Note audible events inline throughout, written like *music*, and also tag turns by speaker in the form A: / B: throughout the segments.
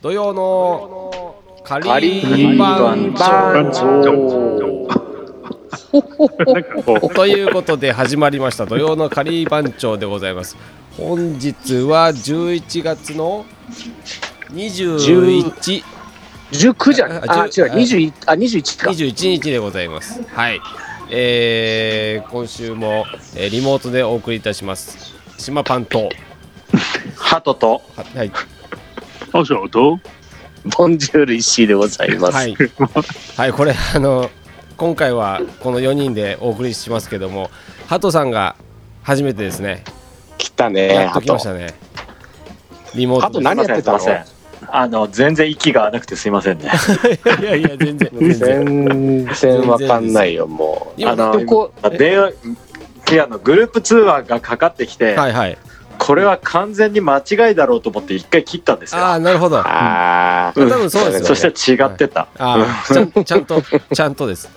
A: 土曜のカリ
B: カリ
A: ー
B: ー
A: バ
B: バ
A: ン
B: ン
A: チ
B: チ
A: ョ
B: ョ
C: なんかこう
A: ということで始まりました土曜のカリー番長でございます本日は11月の21
B: 19じゃん。
A: あ
B: あ、
A: 10
B: 違う、21、あ、21か。
A: 21日でございますはいえー、今週も、えーリモートでお送りいたします島パンと
D: ハトと
A: ははい
C: あそうど
B: ボンジュール石井でございます。 *laughs*
A: はい、はい、これあの今回はこの4人でお送りしますけどもハトさんが初めてですね
B: 来たね、
A: やっ
B: ハ
A: と来まし
B: ト。
A: たねリモー
B: ハ
A: ト
B: ト
A: で
B: 何やってたの
D: すいませんあの全然息がなくてすいませんね
A: いやいや全然全然
B: 全然わかんないよ、もう。
A: 今
B: あの
D: ずっと
B: こ
D: あ電話いやあのグループ通話がかかってきて、
A: はいはい
D: これは完全に間違いだろうと思って一回切ったんですよ
A: ああなるほどあ
B: あ
A: 多
B: ー
A: 分そうですよ、ね、
D: そして違ってた、
A: あーちゃんちゃんとちゃんとです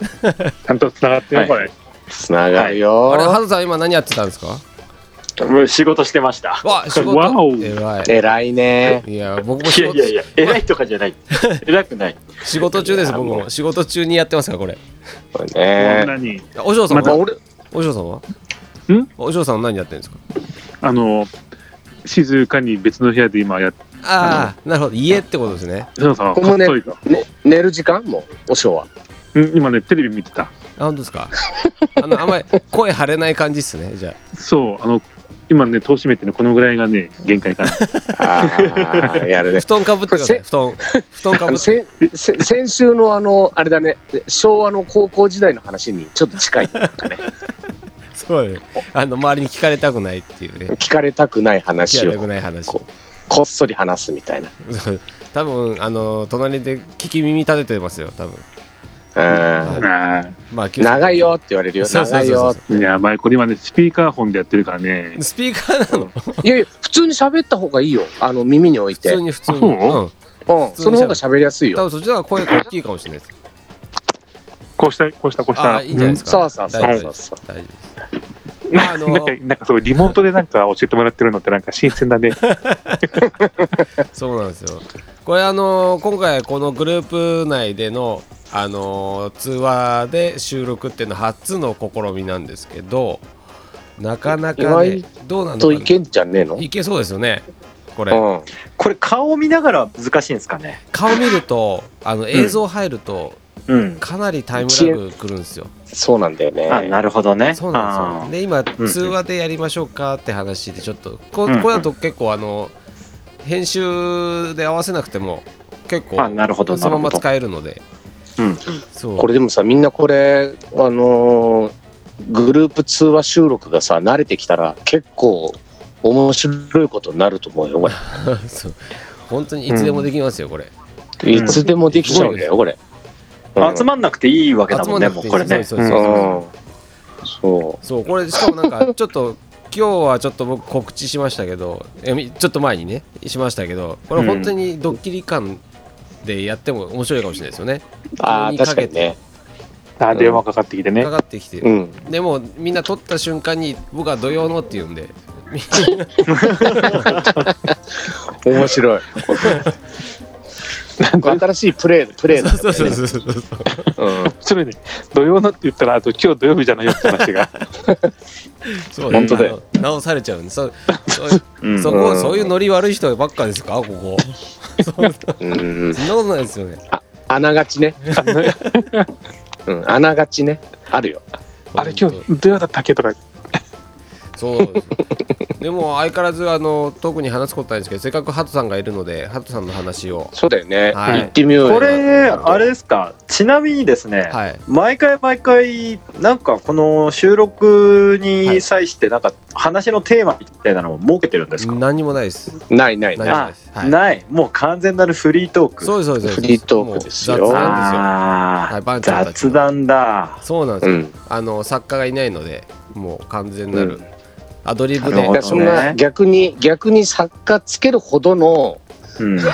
C: ちゃんと繋がってる、
D: はい
C: これ。
B: つながる
A: あれハ
B: よ。
A: トさん今何やってたんですか
D: うん仕事してました
A: わ仕事
C: わお
A: 偉
B: 偉いね。
A: いいや僕も
D: い
A: 仕
D: や
A: 事
D: いやいや偉いとかじゃない偉くない
A: 仕事中です僕も仕事中にやってますからこれ
B: これ
C: こん
B: ね。
C: なに。
A: お嬢さんは、
C: また
B: 俺、
A: お嬢さんは
C: ん
A: お嬢さんは何やってるんですか
C: あの、静かに別の部屋で今やって、
A: ああ、なるほど。家ってことですね。
C: 篠田さん、
B: ここもね
C: かっこいいか。
B: ね寝る時間もう、おしょうは。
C: うん今ね、テレビ見てた。
A: あ、本当ですか。あの、あんまり声張れない感じっすね。じゃ
C: そう、あの、今ね、戸を閉めてね、このぐらいがね、限界かな。
B: ああ、やる
A: あ。
B: ね
A: 布。団かぶってください。
B: これ
A: 布団。布団かぶって。
B: せせ先週のあの、あれだね、昭和の高校時代の話にちょっと近いなん
A: *laughs*
B: かね、
A: そうね。あの、周りに聞かれたくないっていうね。
B: 聞かれたくない
A: 聞
B: 話
A: かれたく
B: を
A: ない話。
B: ここっそり話すみたいな。
A: 多分、あの、隣で聞き耳立ててますよ。多分。
B: うん
C: あ
A: まあ、気をつけて
B: 長い。よって言われるよ、
A: そうそう
B: 長い
A: そ
B: よ
A: う。
C: ーいや、前、これ今ね、スピーカーフォンでやってるからね。
A: スピーカーなの。
B: いやいや、普通に喋った方がいいよ、あの耳に置い
A: 普
B: て。う
A: 通に普通に。。
C: あそうん
B: ん、
A: 通に喋る
B: その方が喋りやすい
A: 多
B: よ。
A: 分そっちの方が声が大きいかもしれないです。
C: こうした、こうした、こうし
A: あ
C: た。
A: あ、いいんじゃないですか。
B: そうそうそ
A: 大
B: う
A: 丈夫
B: そう
A: です。
B: そう。
A: 大丈夫です。
C: うん
A: まああの
C: なんか、なんかそう、リモートでなんか教えてもらってるのって、なんか新鮮だね。
A: そうなんですよ。これあのー今回このグループ内でのあのー通話で収録っていうのは初の試みなんですけど、なかな
B: 意
A: かね
B: 外
A: どうなのか
B: と
A: ない
B: けんじゃねえの
A: いけそうですよね。これ
B: うん、
D: これ顔を見ながら難しいんですかね
A: 顔見るとあの映像入ると
D: うん
A: かなりタイムラグくるんですよ。
B: そうなんだよね。
D: あなるほどね
A: そうなんですよ。で今
D: うん
A: 通話でやりましょうかって話でちょっとここ
D: うん
A: れだと結構あの編集で合わせなくても結構
D: あーあなるほどな
A: そ
D: る
A: のま
D: ほ
A: ま
D: ど
A: 使えるので。
D: うん
A: そう
B: これでもさ、みんなこれ、あのーグループ通話収録がさ、慣れてきたら、結構面白いことになると思うよ、こ
A: *laughs* そう本当にいつでもできますよ、これ。
B: れ。いつでもできちゃうんだよ、これ。うん
D: 集まんなくていいわけだもんね
A: 集
D: も
A: ま
D: うこれ
A: んなくていいそ
D: ね
A: うそう
B: う。
A: そうそうん
B: そ
A: そうこれしかもなんかちょっと今日はちょっと僕告知しましたけどえみちょっと前にねしましたけどこれ本当にドッキリ感でやっても面白いかもしれないですよね。
B: う。ああ、
A: これに
B: 確かにね。
C: あ、電話かかってきてね
A: か。かってきて、
B: うん。
A: でもみんな撮った瞬間に僕は土曜のって言うんで
B: 面白い。なんか新しいプレー、プレーだ
A: そうそう
B: ね。
A: そうそうそう
B: うん。
C: それね、土曜のって言ったら、あと今日土曜日じゃないよって
A: *laughs*
C: 話が。
A: そう
B: 本当だよ
A: あの直されちゃうんでそうそう
D: うん
A: そこそういうノリ悪い人ばっかですかここ
B: うん
A: そんなことないですよね
B: あながちね。うん、あながちね。あるよ。
C: あれ今日土曜だったっけとか。
A: そうですでも相変わらずあの特に話すことないんですけどせっかくハトさんがいるのでハトさんの話を
B: そうだよね。
A: はい
B: 行ってみようよ。
D: これあれですかちなみにですね、
A: はい
D: 毎回毎回なんかこの収録に際してなんか話のテーマみたいなのを設けてるんですか、
A: 何もないです
B: ないな
A: 何
B: いない。
A: もないです、はい、
D: ないもう完全なるフリートーク
A: そうですそうですそう
B: フリートークですよ
A: もう雑談ですよは
D: あ
A: いバン
D: ー
A: ちゃんたち
D: 雑
A: の
D: 談だ
A: そうなんです
B: う
A: よ、
B: ん。
A: あの作家がいないのでもう完全な
B: う
A: る
B: ん
A: アドリブ
D: なる
A: で
D: ほどね
B: そんな逆に逆に作家つけるほどの
D: うん
A: あ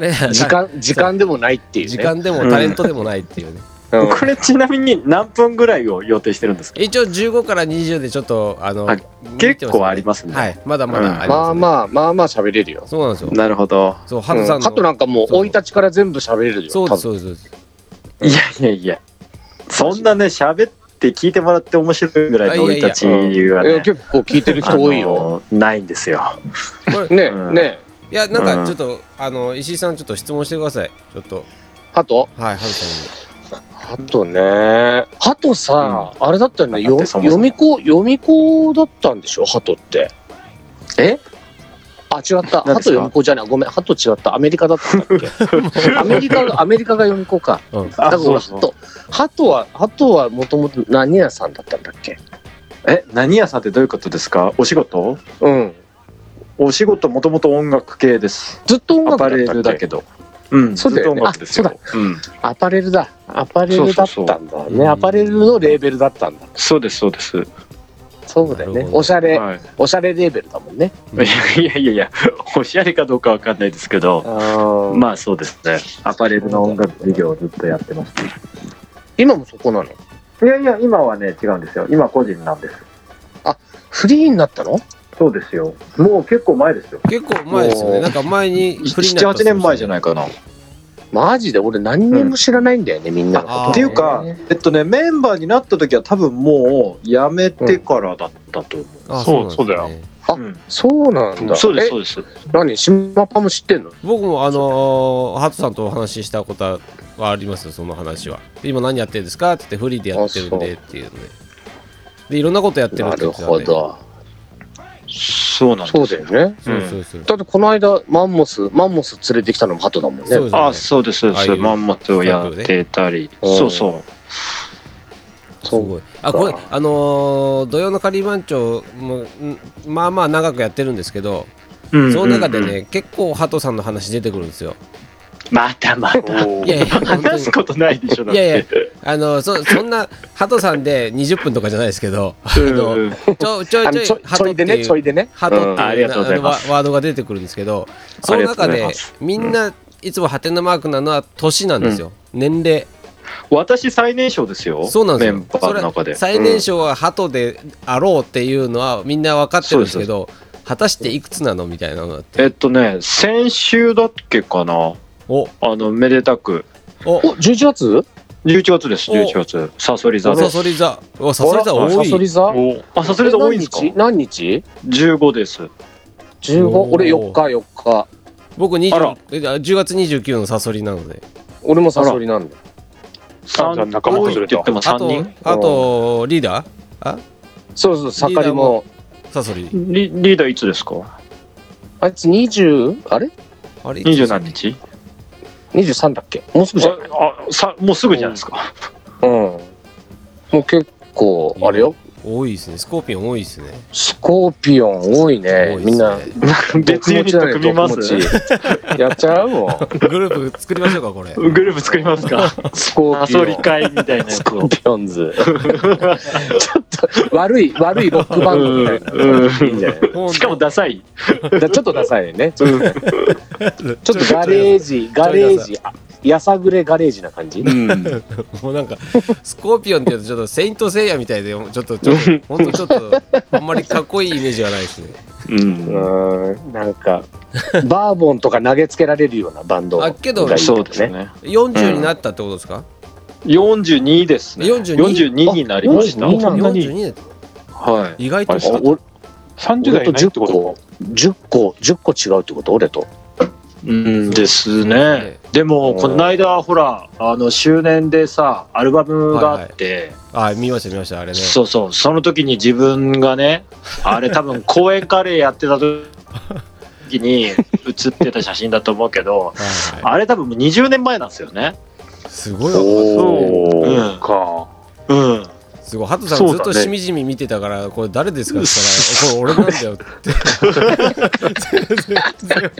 A: れ *laughs*
B: *laughs* 時間時間でもないっていうね。
A: 時間でもタレントでもないっていうね、
B: うん
E: これちなみに何分ぐらいを予定してるんですか
A: 一応15から20でちょっとあの、
E: あ結構ありますすね。
A: はいまだまだあります、ね
B: まあまあまあまあ喋れるよ。
A: そうなんですよ
E: なるほど。
A: そうハ
B: う
A: ト
B: ん
A: さんの、
B: カットなんかもう生い立ちから全部喋れるよ。
A: そうで
B: 多分
A: すそうですそうです
E: いやいやいや、そんなね、喋って聞いてもらって面白いぐらいの生い立ちはね、
B: いや結構聞いてる人多いよ。
E: あのないんですよ。
A: これ
B: ね
E: うん
B: ね
A: いやなんかちょっと、あの石井さんちょっと質問してくださいちょっと
B: ハト
A: はいハトさんに
B: ハトね。ハトさ、あれだったよね。
E: だっ
B: よ
E: てそもそ
B: 読
E: も
B: み子読み子だったんでしょハトって。
E: え
B: あ違った。ハ
E: 何ですか
B: ト読み子じゃない。ごめんハト違った。アメリカだったんだっけ。アメリカアメリカが読み子か。だから俺ハトハトはハトはもともと何屋さんだったんだっけ。
E: え、何屋さんってどういうことですかお仕事
B: うん。
E: お仕事もともと音楽系です。
B: ずっと音
E: ア
B: 楽だ
E: パ
B: ったん
E: レ
B: だっ
E: ル
B: け
E: だけど。うん、
B: そう
E: ず
B: だ
E: っと
B: よ
E: 音
B: ね
E: 楽ですよ。
B: あ
E: うん、
B: アパレルだ。アパレルだったんだ
A: うそう
B: ね。アパレルのレーベルだったんだ。
D: そうです、そうです。は
B: そうだよ
A: なる
B: ね
A: ほ。ど
B: おしゃれ、
D: い。
B: おしゃれレーベルだもんね。
E: いやいやいや、おしゃれかどうかわかんないですけど、
B: まあ、
E: まあそうですね。アパレルの音楽授業をずっとやってます。
B: 今もそこなの。
E: いやいや、今はね、違うんですよ。今個人なんです。
B: フリーになったの
E: そうですよ。もう結構前ですよ。
A: 結構前ですよ
E: も
A: ね
E: う
A: なんか前に
E: 7、8年前じゃないいかな。
B: マジで俺何にも知らないんだよね、みんなの
A: あ
B: こ
E: っていうか、えっとね、メンバーになった時は多分もう辞めてからだったと思
D: そうそうだ
B: あ
E: う。うん
B: と。そうなんだ。
D: そうです、
B: え
D: そうです。
B: 何島パも知ってんの
A: 僕もあのー、ハトさんとお話ししたことはありますよその話は今何やってるんですかって言ってフリーでやってるんでっていうのででいろんなことやってるっ
B: な
A: て言
B: る
A: ってたん
B: ほ
A: で
B: ど。
D: そうなんです。
B: そうだよね。
A: そうそうそう、
B: だってこの間、マンモス、マンモス連れてきたのもハトだもんね
A: そう。ですよね
D: あ、そうです、そうで
A: ああい
D: す。
A: う
D: マンモスをやってたり。
B: うん
D: そうそ
A: すごい。あ、
B: か
A: これ、あのー土曜の仮番長も、んまあまあ長くやってるんですけど、
D: う。うん
A: その中で。
D: うんうん
A: ね、結構、ハトさんの話出てくるんですよ。
D: またまた。
A: *laughs* いやいや、本当
D: 話
A: に
D: す。ことないでしょ、だっ
A: いやい
D: て
A: や。、あのそ、そんな、ハトさんで20分とかじゃないですけど、あ
D: うん
A: の、
D: うん
A: ちょ、ちょ
B: *laughs* あ
A: い
B: の
A: ち
B: ち
A: ょ
B: ょ
A: い、ハ
B: ちょ
A: トっ
B: い
A: て
B: でね、
A: い
B: ちょ
A: う、
B: いでね。
A: ハトっていう
D: うんありがとうございます
A: あのワワードが出てくるんですけど、その中
E: ありがとうござい
A: で
E: ま、す
A: みんな、いつもハテナマークなのは年なんですよ。年齢。
D: 私最年少ですよ。
A: そうなんですよ
D: メンバーの中で。
A: それ最年少は鳩であろうっていうのはみんな分かってるんですけど果たしていくつなのみたいなのだって
D: えっとね、先週だっけかな。
A: お
D: あの、めでたく。
A: お
B: お、11月
D: 11月です、
A: お
D: 11月。サソリ座で
A: サ
D: す。
A: ソリ座おサソリ座多
B: サソリ
A: い
B: 座
D: おあ、サソリ座多いんですか
B: え何日
D: 15です。
B: 何日 ?15?
A: おー
B: 俺4日4日。
A: 僕
D: あ
A: 20
D: ら
A: えあ10月29のサソリなので
B: 俺もサソリなんだ。
D: 三
C: あじゃあ仲間
D: 多
C: 外
D: いって言
C: れだ
D: っても
A: あ
D: 3
A: と
D: 人
A: あとリーダー
B: そうそう、盛りも。
A: サソリ
D: リリーダーいつですか
B: あいつ 20? あれ
A: あれ
D: 二十何日
B: ?23 だっけもうすぐじゃん。
D: ああさもうすぐじゃないですか。
B: うん。もう結構、あれよ。
A: 多いですねスコーピオン多いですね
B: スコーピオン多い
A: 多い
B: ね。
A: ですね
B: みんな。
D: *laughs* 別ユニット組みます
B: 毒持ちだね毒持ちやっちゃうもん。
A: グループ作りましょうかこれ
D: グループ作ります *laughs* か
B: スコー
D: サ
B: ピオ
D: ソリ
B: ン。
D: 会みたいなや
B: ス
D: つ
B: コ
D: を
B: ー。ピオンズ。 *laughs* 悪い、悪いロックバンドみたいな。
D: うん
B: いいんじゃない
A: ほん
D: しかもダサい。
B: だからちょっとダサいね。ちょっと
A: と
B: ちょっとガレージ、ガレージ、あやさぐれガレージな感じ。
D: うん、
A: もうなんか、スコーピオンって言うと、ちょっと、セイントセイヤみたいで、ちょっと、ちょっと、
D: *laughs*
A: ほんとちょっと、あんまりかっこいいイメージがないですね。
D: うん、
B: うーん、なんか、バーボンとか投げつけられるようなバンドがい
A: あ
B: い
A: けど
B: よね
D: そうです。ね。
A: 40になったってことですか、
D: 42ですね。
A: 42
D: 42になりました。
B: 42なんだ
A: ?42 だ
D: は
A: 意外
C: あ
A: と
C: そ
A: 下
C: う
B: 俺
C: 30代
B: 俺と
C: いないって
B: 10
C: こ
B: 個、10個、10個違うってこと俺と。
D: い。うんですね。でも、この間、ほら、あの、周年でさ、アルバムがあって、
A: あ、見ました見ました、あれね。
D: そうそう、その時に自分がね、あれ多
A: *laughs*
D: 分公園カレーやってた時に写ってた写真だと思うけど、
A: はいは
D: あれ多分もう20年前なんですよね。
A: い、すごいわ
C: お
D: うん
C: ーか
D: うん。
A: すごい。ハトさ
D: そ
A: ん
D: うだ
A: ずっ
D: ね
A: としみじみ見てたから、これ誰ですかって言ったら、これ俺なんだよって。全然、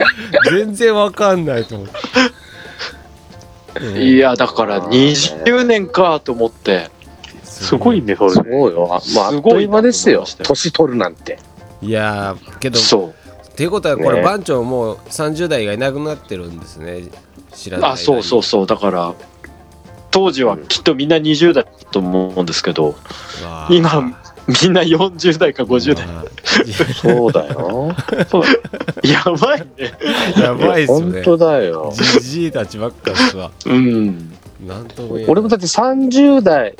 A: *laughs* 全然わかんないと思って。うん
D: いや、だから20年かと思って。
C: すごい。ねそれ
B: すごいよ。あまあ、あっという間ですよ。
D: すごいなと思いましたよ
B: 年取るなんて。
A: いやー、けど、
D: そ
A: っていうことはこれ
B: ね
A: 番長もう30代がいなくなってるんですね知ら
D: う。
A: ない間に
D: あ、そうそうそう。だから、当時はきっとみんな20代だと思うんですけど、
A: わー
D: 今、みんな40代か50代。
A: わ
B: そうだ *laughs* よ。
D: やばいね。
A: ー *laughs* やばいっすよ
B: 本
A: ね
B: 当だよ。
A: じじいたちばっかっすわ
D: うん。
A: なんとも言えない
B: 俺もだって30代、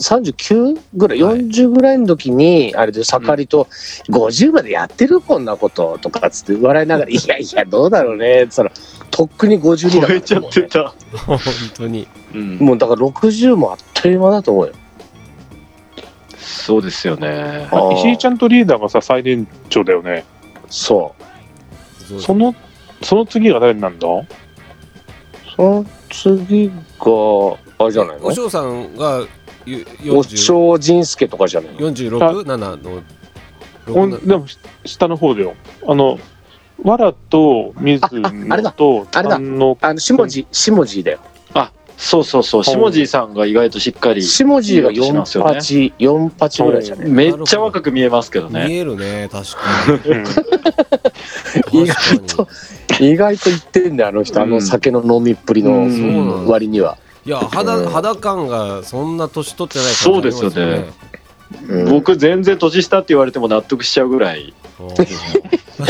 B: 39ぐらい、
A: はい
B: 40ぐらいの時に、あれで盛りと、50までやってるこんなこととかつって笑いなが
D: *laughs*
B: ら、いやいや、どうだろうねって言ったら、とっくに52
D: 超
B: だから
D: えちゃってた。
A: 本当に
D: うん
B: もうだから60もあっという間だと思うよ。
D: そうですよね。
B: あー
C: 石井ちゃんとリーダーがさ、最年長だよね。
B: そう。
A: そうです
C: その、その次が誰になるの
B: その次が、あれじゃないの
A: お嬢さんがゆ
B: お
A: 40
B: 蝶仁助とかじゃないの
A: 46?7 の
C: ほん
A: 6
C: でも、し下の方だよ。あの、わらと水
B: ああれ
C: 野
B: だ
C: と
B: あれだ
C: 丹野
B: あの、下地、下地だよ。
D: そうそうそう。下地さんが意外としっかり。
B: 下地が4
D: しま
B: 八、4八ぐらいじゃない
D: めっちゃ若く見えますけどね。
A: 見えるね確かに
B: *laughs*
C: うん
B: 意外
A: 確
B: と
A: か
B: 意外と言ってんだよあの人、
D: うん
B: あの酒の飲みっぷり
D: う
B: の
A: にそうなんだ
B: 割には、
A: いや肌肌感がそんな年取ってない感じ
D: そうですよね
A: ありま
B: うん
D: 僕全然年下って言われても納得しちゃうぐらい。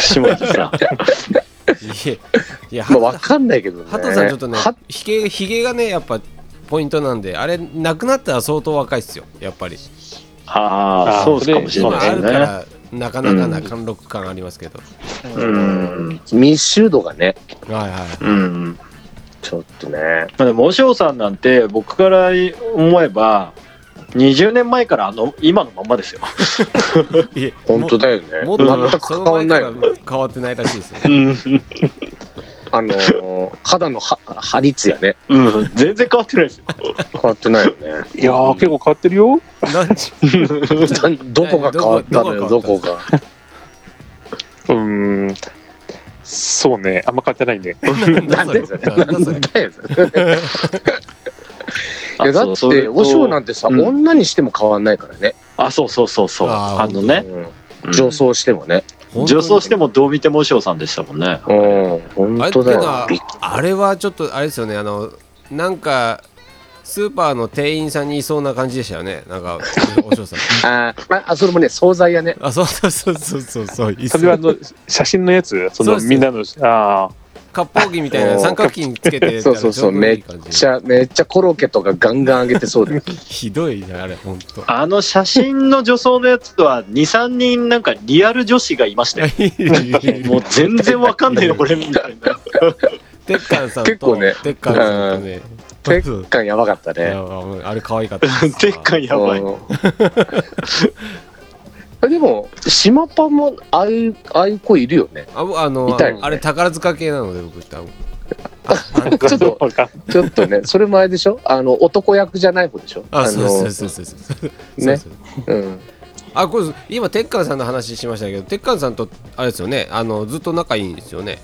A: すよね
D: 下地さん。
A: うんいやいや
B: *laughs* まあ分かんないけどね
A: ハトさんちょっとね
B: は
A: ひげひげがねやっぱポイントなんであれなくなったら相当若いっすよやっぱり
D: ああ、
C: あー
D: そうかもしれ
A: 今
D: な
A: あ
D: い
A: るか
D: ですね。
A: らなかなかな貫禄感ありますけど、
D: うん。
B: 密集度がね
A: はいはい
D: うん。
B: ちょっとね
D: まあでも、お嬢さんなんて、僕から思えば、20年前からあの、今のまんまですよ。
A: いえ
B: 本当だよね
A: もっと
B: 全く変わんないよね
A: 変わってないらしいですね
B: あのー肌のは張りつやね
D: うん。全然変わってないですよ。
B: 変わってないよ
A: *laughs*
B: ね
C: いやー、結構変わってるよ。
A: 何時
B: などこが変わったのよ
A: ど
B: ど
A: こ
B: こが
C: うーん。そうね、あんま変わってないね。
A: な
B: なん
A: だ
B: んで
A: そ
B: だ
A: れなんだそれ
B: よいやだっ
D: あそうそれ
B: て
D: と
B: お嬢なんてさ、
D: うん
B: 女にしても変わんないからね、
D: あ、そうそうそうそう。
A: あー
D: あのね。
B: うん、女装してもね
A: 本当に
D: 女装してもどう見てもお嬢さんでしたもんね。
B: うん
A: あれ
B: 本
A: って
B: 当だ
A: いう
B: よ
A: のはあれはちょっとあれですよねあのなんかスーパーの店員さんにいそうな感じでしたよねなんかお嬢さん
B: あーまあそれもね惣菜やね
A: あそうそうそうそうそうそういそ
C: そ
A: う
C: れはあの、写真のやつそ
A: そう
C: の
A: です
C: みんなの、あ
A: 割烹着みたいな三角巾つけて
B: そうそうそう
A: め
B: め
A: っ
B: っ
A: ち
B: ち
A: ゃ
B: ゃめっちゃコロッケとかガンガン揚げてそ
A: *laughs*
B: うだよ
A: ひどいねあれ本当
D: あの写真の女装のやつは2、3人なんかリアル女子がいました
A: *laughs*
D: よ。もう全然わかんないよ、これみたいな。
A: てっかんさんと
B: 結構ね
A: てっかんさんとね
B: てっ
A: そうそう
B: かんやばかった
A: い
B: ね
A: やあれ可愛かったす
D: でっかいやば
B: *laughs*
D: い。
B: うんでも島パンもああいうああいう子いるよね
A: あ僕あの
B: いたよね
A: あれ宝塚系なので僕多分
C: あ、ち
B: ょっと
C: *laughs*
B: ちょっ
A: *laughs*
B: とねそれもあれでしょあの男役じゃない方でしょ
A: あ
B: の
A: そうそうそうそうそう
B: ね
A: そうそう
B: うん
A: あこれ今てっかんさんの話しましたけどてっかんさんとあれですよねあのずっと仲いいんですよね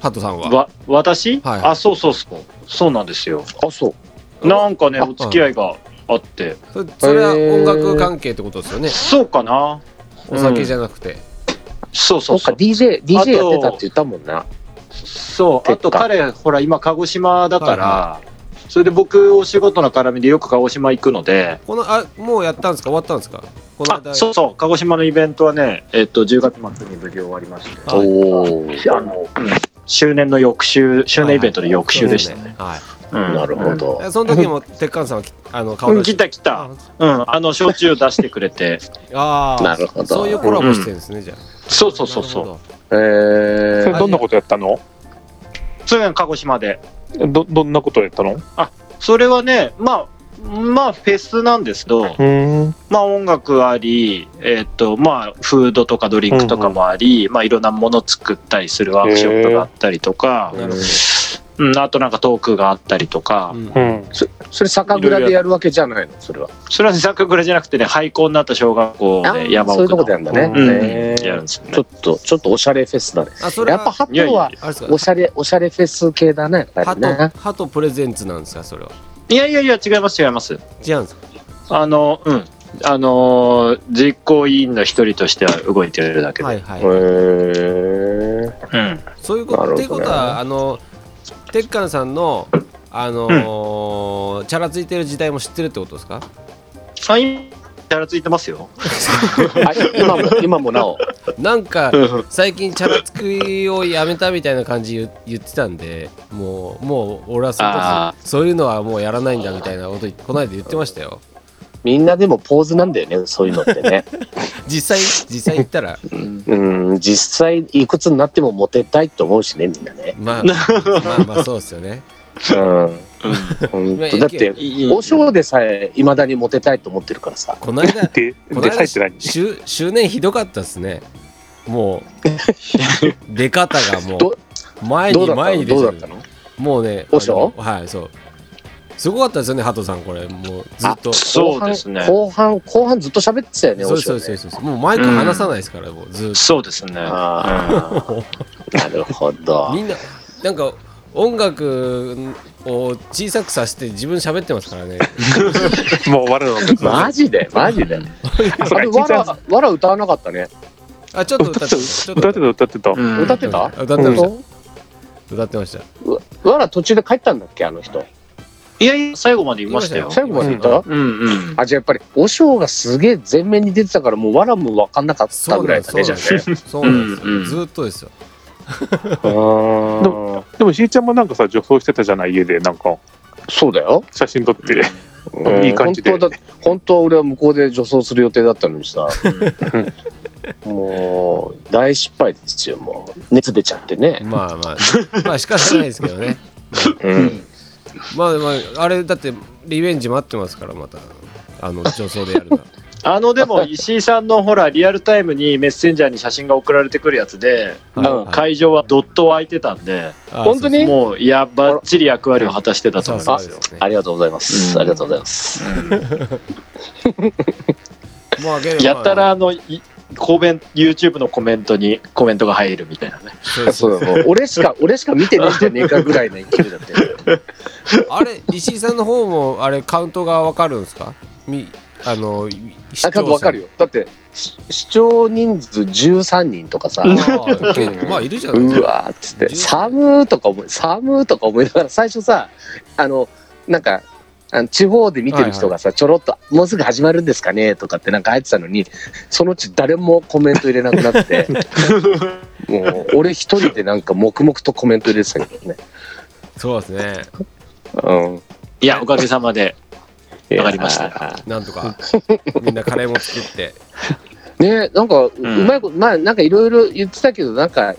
A: ハトさんは
D: わ、私
A: はい
D: あ、そうそうそう。そうなんですよ。
B: あそう
D: なんかね、
A: あ
D: お付き合いがあって。
A: それそれは
B: へー
A: 音楽関係ってことですよね
D: そうかな。
A: お酒じゃなくて、
D: そう
B: そ
D: そう
B: うか
D: そう。
B: DJ,
D: あと
B: DJ やってたって言ったもんな
D: そう。あ
B: 結
D: と
B: 果
D: 彼、ほら、今、鹿児島だか
A: は
D: ら、それで僕、お仕事の絡みでよく鹿児島行くので、
A: このあもうやったんですか終わったんですかこの
D: あそうそう、鹿児島のイベントはね、えっと、10月末に無事終わりまして、
A: はい
B: おー
D: あの、うん周年の翌週、周年イベントの翌週でしたね。
A: ねはい
D: うん
B: なるほ。ど
A: えその時
D: *laughs*
A: もてっかんさんはきあの顔
D: う
A: 出
D: ん、
A: して
D: 来た来た。うん、あの、焼酎出してくれて。
A: ああ
B: なるほど
A: そういうコラボしてるんですね、じゃあ
D: *laughs* そうそうそうそう。
A: う
B: え
C: そ
B: ー
C: れどんなことやったの
D: それが鹿児島で。
C: ど、どんなことやったの
D: それはね、まあ、まあ、フェスなんですけど、
C: うん。
D: まあ、音楽あり、えっと、まあ、フードとかドリンクとかもあり、まあ、いろんなもの作ったりするワークショップがあったりとか、
A: なるほど
D: うん、あとなんかトークがあったりとか、
A: うん
C: うん。
B: そそれ酒蔵でやるわけじゃないのそれは
D: それは自作蔵じゃなくてね、廃校になった小学校
B: あ
D: で山
B: そういう
D: 奥
B: と
D: の
B: こでやるんだね、
C: うん
B: へー
D: やるんですよね
B: ちょっとちょっとおしゃれフェスだね
A: あそれ
B: や
A: は
B: っぱハ
D: いやい
B: ト
D: や
B: はい
A: あれですか
B: おしゃれおしゃれフェス系だなやっぱ
A: ハ
B: りね
A: トハトプレゼンツなんですかそれはい
D: やいやいや、違います違います。
A: 違うんですか
D: あの、うん。あのー実行委員の一人としては動いてるだけで。
A: はいはい、
B: へー
D: うん。
A: そういうこと、
B: なる
A: っ
B: ほどね
A: ていうことはあのてっかんさんのあのーチャラついてる時代も知ってるってことですか
D: サイン、チャラついてますよ。
B: あ今も、今もなお。
A: なんか最近チャラつきをやめたみたいな感じ言言ってたんでもうもう俺はそんな
B: あ
A: そういうのはもうやらないんだみたいなこと言この間言ってましたよ
B: みんなでもポーズなんだよね、そういうのってね。
A: 実際実際言ったら
B: うん、実際、いくつになってもモテたいと思うしね、みんなね。 *laughs*
A: まあまあまあそうですよね
B: うん。本当だって、お尚でさえ、いまだにモテたいと思ってるからさ。
A: この間
C: で、
A: この
C: で、
A: 間
C: さって
B: *laughs*
C: 何
A: 周周年ひどかったですねも
B: *laughs*
A: う出方がも
B: ど
A: う前
B: どう
A: に
B: だった
A: 前
B: の
A: に出
B: ど
A: て
B: うだっ
A: る
B: たの
A: もうね
B: 和尚
A: あのはいそうすごかったですよねハトさんこれもうずっと
D: そうですね。
B: 後半、後半後半ずっと喋ってたよね、
A: そう
B: お
A: ですそ
B: 尚
A: う
B: ね
A: ですそうですもうマイク離さないですから、もうずっ
D: そうですね。
B: あ *laughs* あ、なるほ
A: と
B: ど。
A: みんななんか音楽を小さくさせて自分喋ってますからね
C: もう終わるのか。
B: マジでマジで。
A: *laughs*
C: そう
B: あ
C: か、
B: れ、
C: 一日
B: わら、わら歌わなかったね。
A: あちょっと歌ってました
B: *laughs*
A: ちょっと
C: 歌ってた、歌ってた。
D: *laughs* うん
B: 歌っ
A: 歌っ
B: てた
A: てました
B: 本
A: 歌ってました
B: 当わら途中で帰ったんだっけ、あの人。
D: いやいや、最後まで言いましたよ。
B: 最後までいた、
A: うん
D: うんうん。
B: あ、じゃあやっぱり、お尚がすげえ前面に出てたから、もうわらも分かんなかった
A: そう
B: ぐ
A: な
B: ら
A: ん
B: い
A: で
B: だ
A: す
B: ね、じゃあね。
A: そうなんです
D: うんう
A: よ
D: ん
A: ずっとですよ
C: でもでも、しーちゃんもなんかさ、女装してたじゃない、家で、なんか、
B: そうだよ。
C: 写真撮って。
B: うん
C: いい感じで
B: 本当だ本当は俺は向こうで女装する予定だったのにさ。もう、大失敗ですよ、もう。熱出ちゃってね。
A: まあまあ、まあ仕方ないですけどね。
B: うん。
A: まあまあ、あれだってリベンジ待ってますから、また。あの、女装でやるな。
D: あのでも石井さんのほらリアルタイムにメッセンジャーに写真が送られてくるやつで、
A: はい
D: もう会場はドット開いてたんで、
A: あ
B: 本当に
D: もういやばっちり役割を果たしてたと
A: そう
D: 思い
A: そう
D: ま
A: そう
D: す
A: です
D: よ。
A: ね
B: あ。りがとうございます。
D: うん
B: ありがとうございます。
A: まあ、けど
D: やったら、あのいコメン YouTube のコメントにコメントが入るみたいなね。
A: そうです
B: そうだもう俺しか、俺しか見てねえんじゃねえかぐらいの勢いだったよ。
A: あれ、石井さんの方も、あれ、カウントがわかるんですかみ、あの、視
B: あ、かわかる
A: よ。
B: よ。だって、し視聴人数13人とかさ、
A: あけまあ、いるじゃないです
B: う
A: か。
B: わーっつって、寒ーとか思い、寒ーとか思いながら、最初さ、あの、なんか、あの地方で見てる人がさ、ちょろっと、もうすぐ始まるんですかねとかってなんか入ってたのに、そのうち誰もコメント入れなくな
D: *laughs*
B: って、もう、俺一人でなんか黙々とコメント入れてたけどね。
A: そうですね。
B: うん。
D: いやおかげさまでわかりました
B: いやー。
A: なんとか、みんなカレーも作って。
B: ねなんか、うまいこと、まあ、なんかいろいろ言ってたけど、なんか、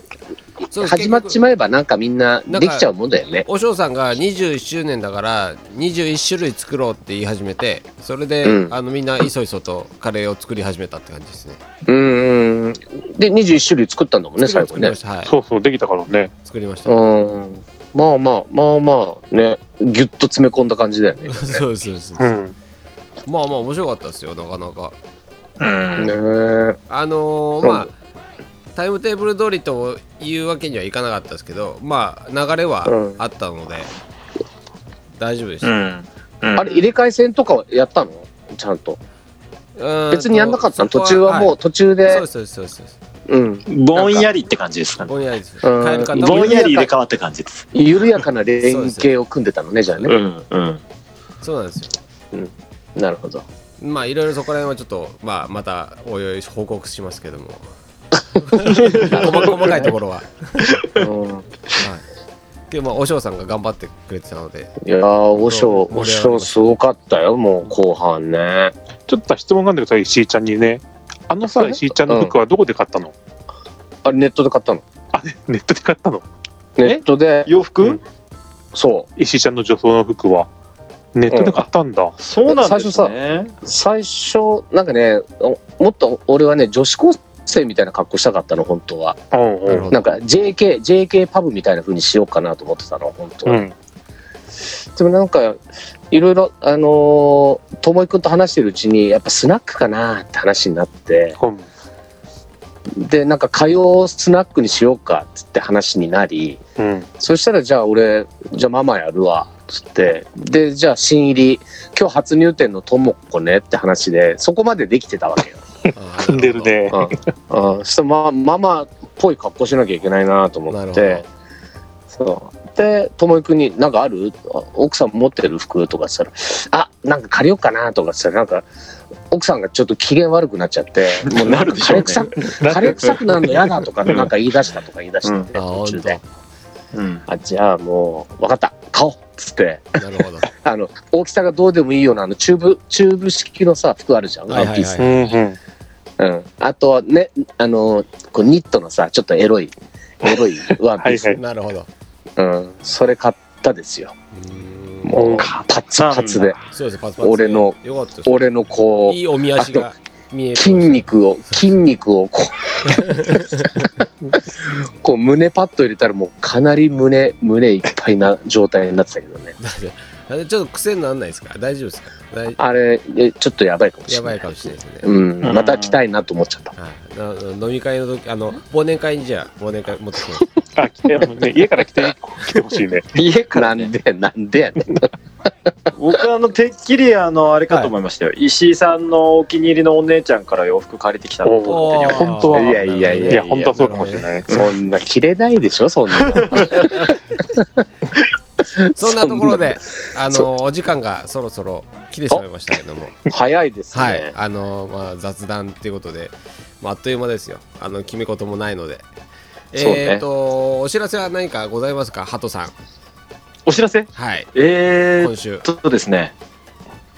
A: そう
B: 始まっちまえばなんかみんなできちゃうもんだよね。
A: おしょうさんが21周年だから21種類作ろうって言い始めてそれで、
B: うん
A: あのみんないそいそとカレーを作り始めたって感じですね。
B: うんうん。で、21種類作ったんだもんね、最後
A: 作り
B: ね
A: ま。した、はい、
C: そうそう、できたからね。
A: 作りました。
B: うん。まあまあ、まあまあ、ね、ぎゅっと詰め込んだ感じだよね。
A: *laughs* そうですそうです。
C: うん。
A: まあまあ面白かったですよなかなか。
D: うん
B: ね
A: あのー
B: うん
A: まあタイムテーブル通りというわけにはいかなかったですけどまあ流れは
B: うん
A: あったので、大丈夫でし
D: う
A: た。
D: んうん
B: あれ、入れ替え戦とかはやったのちゃんと。
A: うん
B: 別にやんなかったの
A: そ
B: 途
A: こは
B: 中はもう途
A: は
B: 中
A: いそう
B: で
A: で。すそうですそうですそうです。
B: うん。
D: ぼんやりって感じですかね。
A: ぼんやりです。帰
B: うん
A: る方も
D: ぼんやり入れ替わって感じです。
B: 緩やかな連携を組んでたのね、じゃあ
D: う
B: ね。
D: んうん。
A: そうなんですよ。
B: なるほど。
A: まあいろいろそこら辺はちょっと、まあ、またおいおい報告しますけども細細かいところは、は
B: うん。
A: い、でまあお嬢さんが頑張ってくれてたので
B: いやー、おしょう、
A: 盛り上がりま
B: お
A: し
B: したょうすごかったよ、もう後半ね。
C: ちょっと質問があるんだけどさ、石井ちゃんにね。あのさ、石井ちゃんの服はどこで買ったの
B: あれ、ネットで買ったの。
C: ネットで買ったの
B: ネットで、
D: 洋服、
C: うん
B: そ
C: 石井ちゃんの女装の服は。ネットで買ったんだ。
D: そうなんですね。
B: 最う。最初、なんかね、おもっと俺はね、女子高生みたいな格好したかったの、本当は。
C: うんう
A: なるほど
C: ん。
B: なんか JK、JK パブみたいな風にしようかなと思ってたの、本
C: う
B: 当は。
C: ん。
B: でもなんか、いろいろ、あのー、ともいくんと話してるうちに、やっぱスナックかなって話になって、
C: うん
B: で、なんか火曜スナックにしようかっつって話になり、
C: うん。
B: そしたら、じゃあ俺、じゃあママやるわ、つって。で、じゃあ新入り、今日初入店のともこねって話で、そこまでできてたわけよ。
C: 組んでるね。
B: うん。うんそしたら、まあ、ママっぽい格好しなきゃいけないなと
A: な
B: 思
A: る
B: っ
A: ほど
B: て、そうで友井君に「なんかあるあ奥さん持ってる服?」とかって言ったら「あなんか借りようかな」とかって言ったらなんか奥さんがちょっと機嫌悪くなっち
A: *laughs*
B: ゃって「もうなんか枯れ臭く枯れ臭くなるの嫌だ」とかってなんか言い出したとか言い出して、
D: うん
A: あ
B: 途中で
A: 本
D: うん。
B: あ「じゃあもう分かった買おう」っつって
A: 当なるほど
B: あの大きさがどうでもいいようなあのチューブチューブ式のさ服あるじゃん
A: は
B: ワ
A: い
B: ン
A: は
B: ピ
A: い
B: ース
A: は
C: う
A: い
C: んうん
B: うん、あとはねあのこうニットのさちょっとエロいエロいワンピース
C: はい
A: なるほど
B: うん、それ買ったですよ
A: うーん
B: もう
C: お
B: パッツパツで
A: そうですパツパツ
B: 俺の
A: よかったです
B: 俺のこ
A: いいおみ足が見え
B: う
A: て
B: 筋肉を筋肉をこうこう胸パッと入れたらもうかなり胸胸いっぱいな状態になってたけどね
A: あれちょっと癖にならないですか大丈夫ですか大
B: あれえちょっとやばいかもし
A: や
B: れな
A: ば
B: い
A: いかもしれないですね、
B: うん、また来たいなと思っちゃった
A: はいな飲み会の時あの忘年会にじゃあ忘年会持ってきます
C: あ来てもうね家から来て来てほしいね
D: 家か
B: な
D: ら
B: ん
D: ね。
B: でなんでやねん
D: 僕あの、てっきりあの、あれかと思いましたよ。石井さんのお気に入りのお姉ちゃんから洋服借りてきたのと思って
A: おー
C: 本当はい
B: やいやい
C: いや本当はそうかもしれ
A: い
C: ない
B: そんな着れないでしょそんなの
A: そんなところであ
B: そ
A: のお時間がそろそろ来てしまいましたけども
B: 早いですね、
A: はいあの、まあ、雑談っていうことで、まあ、あっという間ですよあの決め事もないので、
D: そうね
A: えっ、とお知らせは何かございますかハトさん
D: お知らせ
A: はい
D: えー
A: 今
D: っ
A: 週
D: とですね。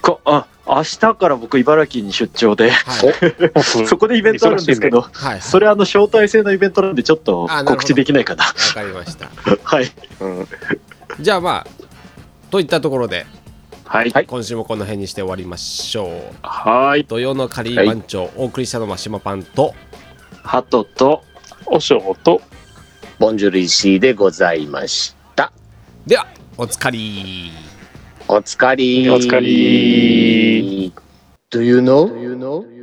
D: こあ明日から僕、茨城に出張で、
A: はい
D: そこでイベントあるんですけど、
A: はい
D: それあの招待制のイベントなんでちょっと
A: あなるほど
D: 告知できないかな。
A: わかりました
D: はい。
B: うん
A: じゃあまあといったところで
D: *laughs* はい。
A: 今週もこの辺にして終わりましょう
D: はーい。
A: 土曜のカリー番長、お送りしたのは島パンと
D: ハトと、
C: おしょうと
B: ボンジュール石井でございました
A: ではおつかり
B: おつかり
C: おつかり
B: Do you know? Do you know?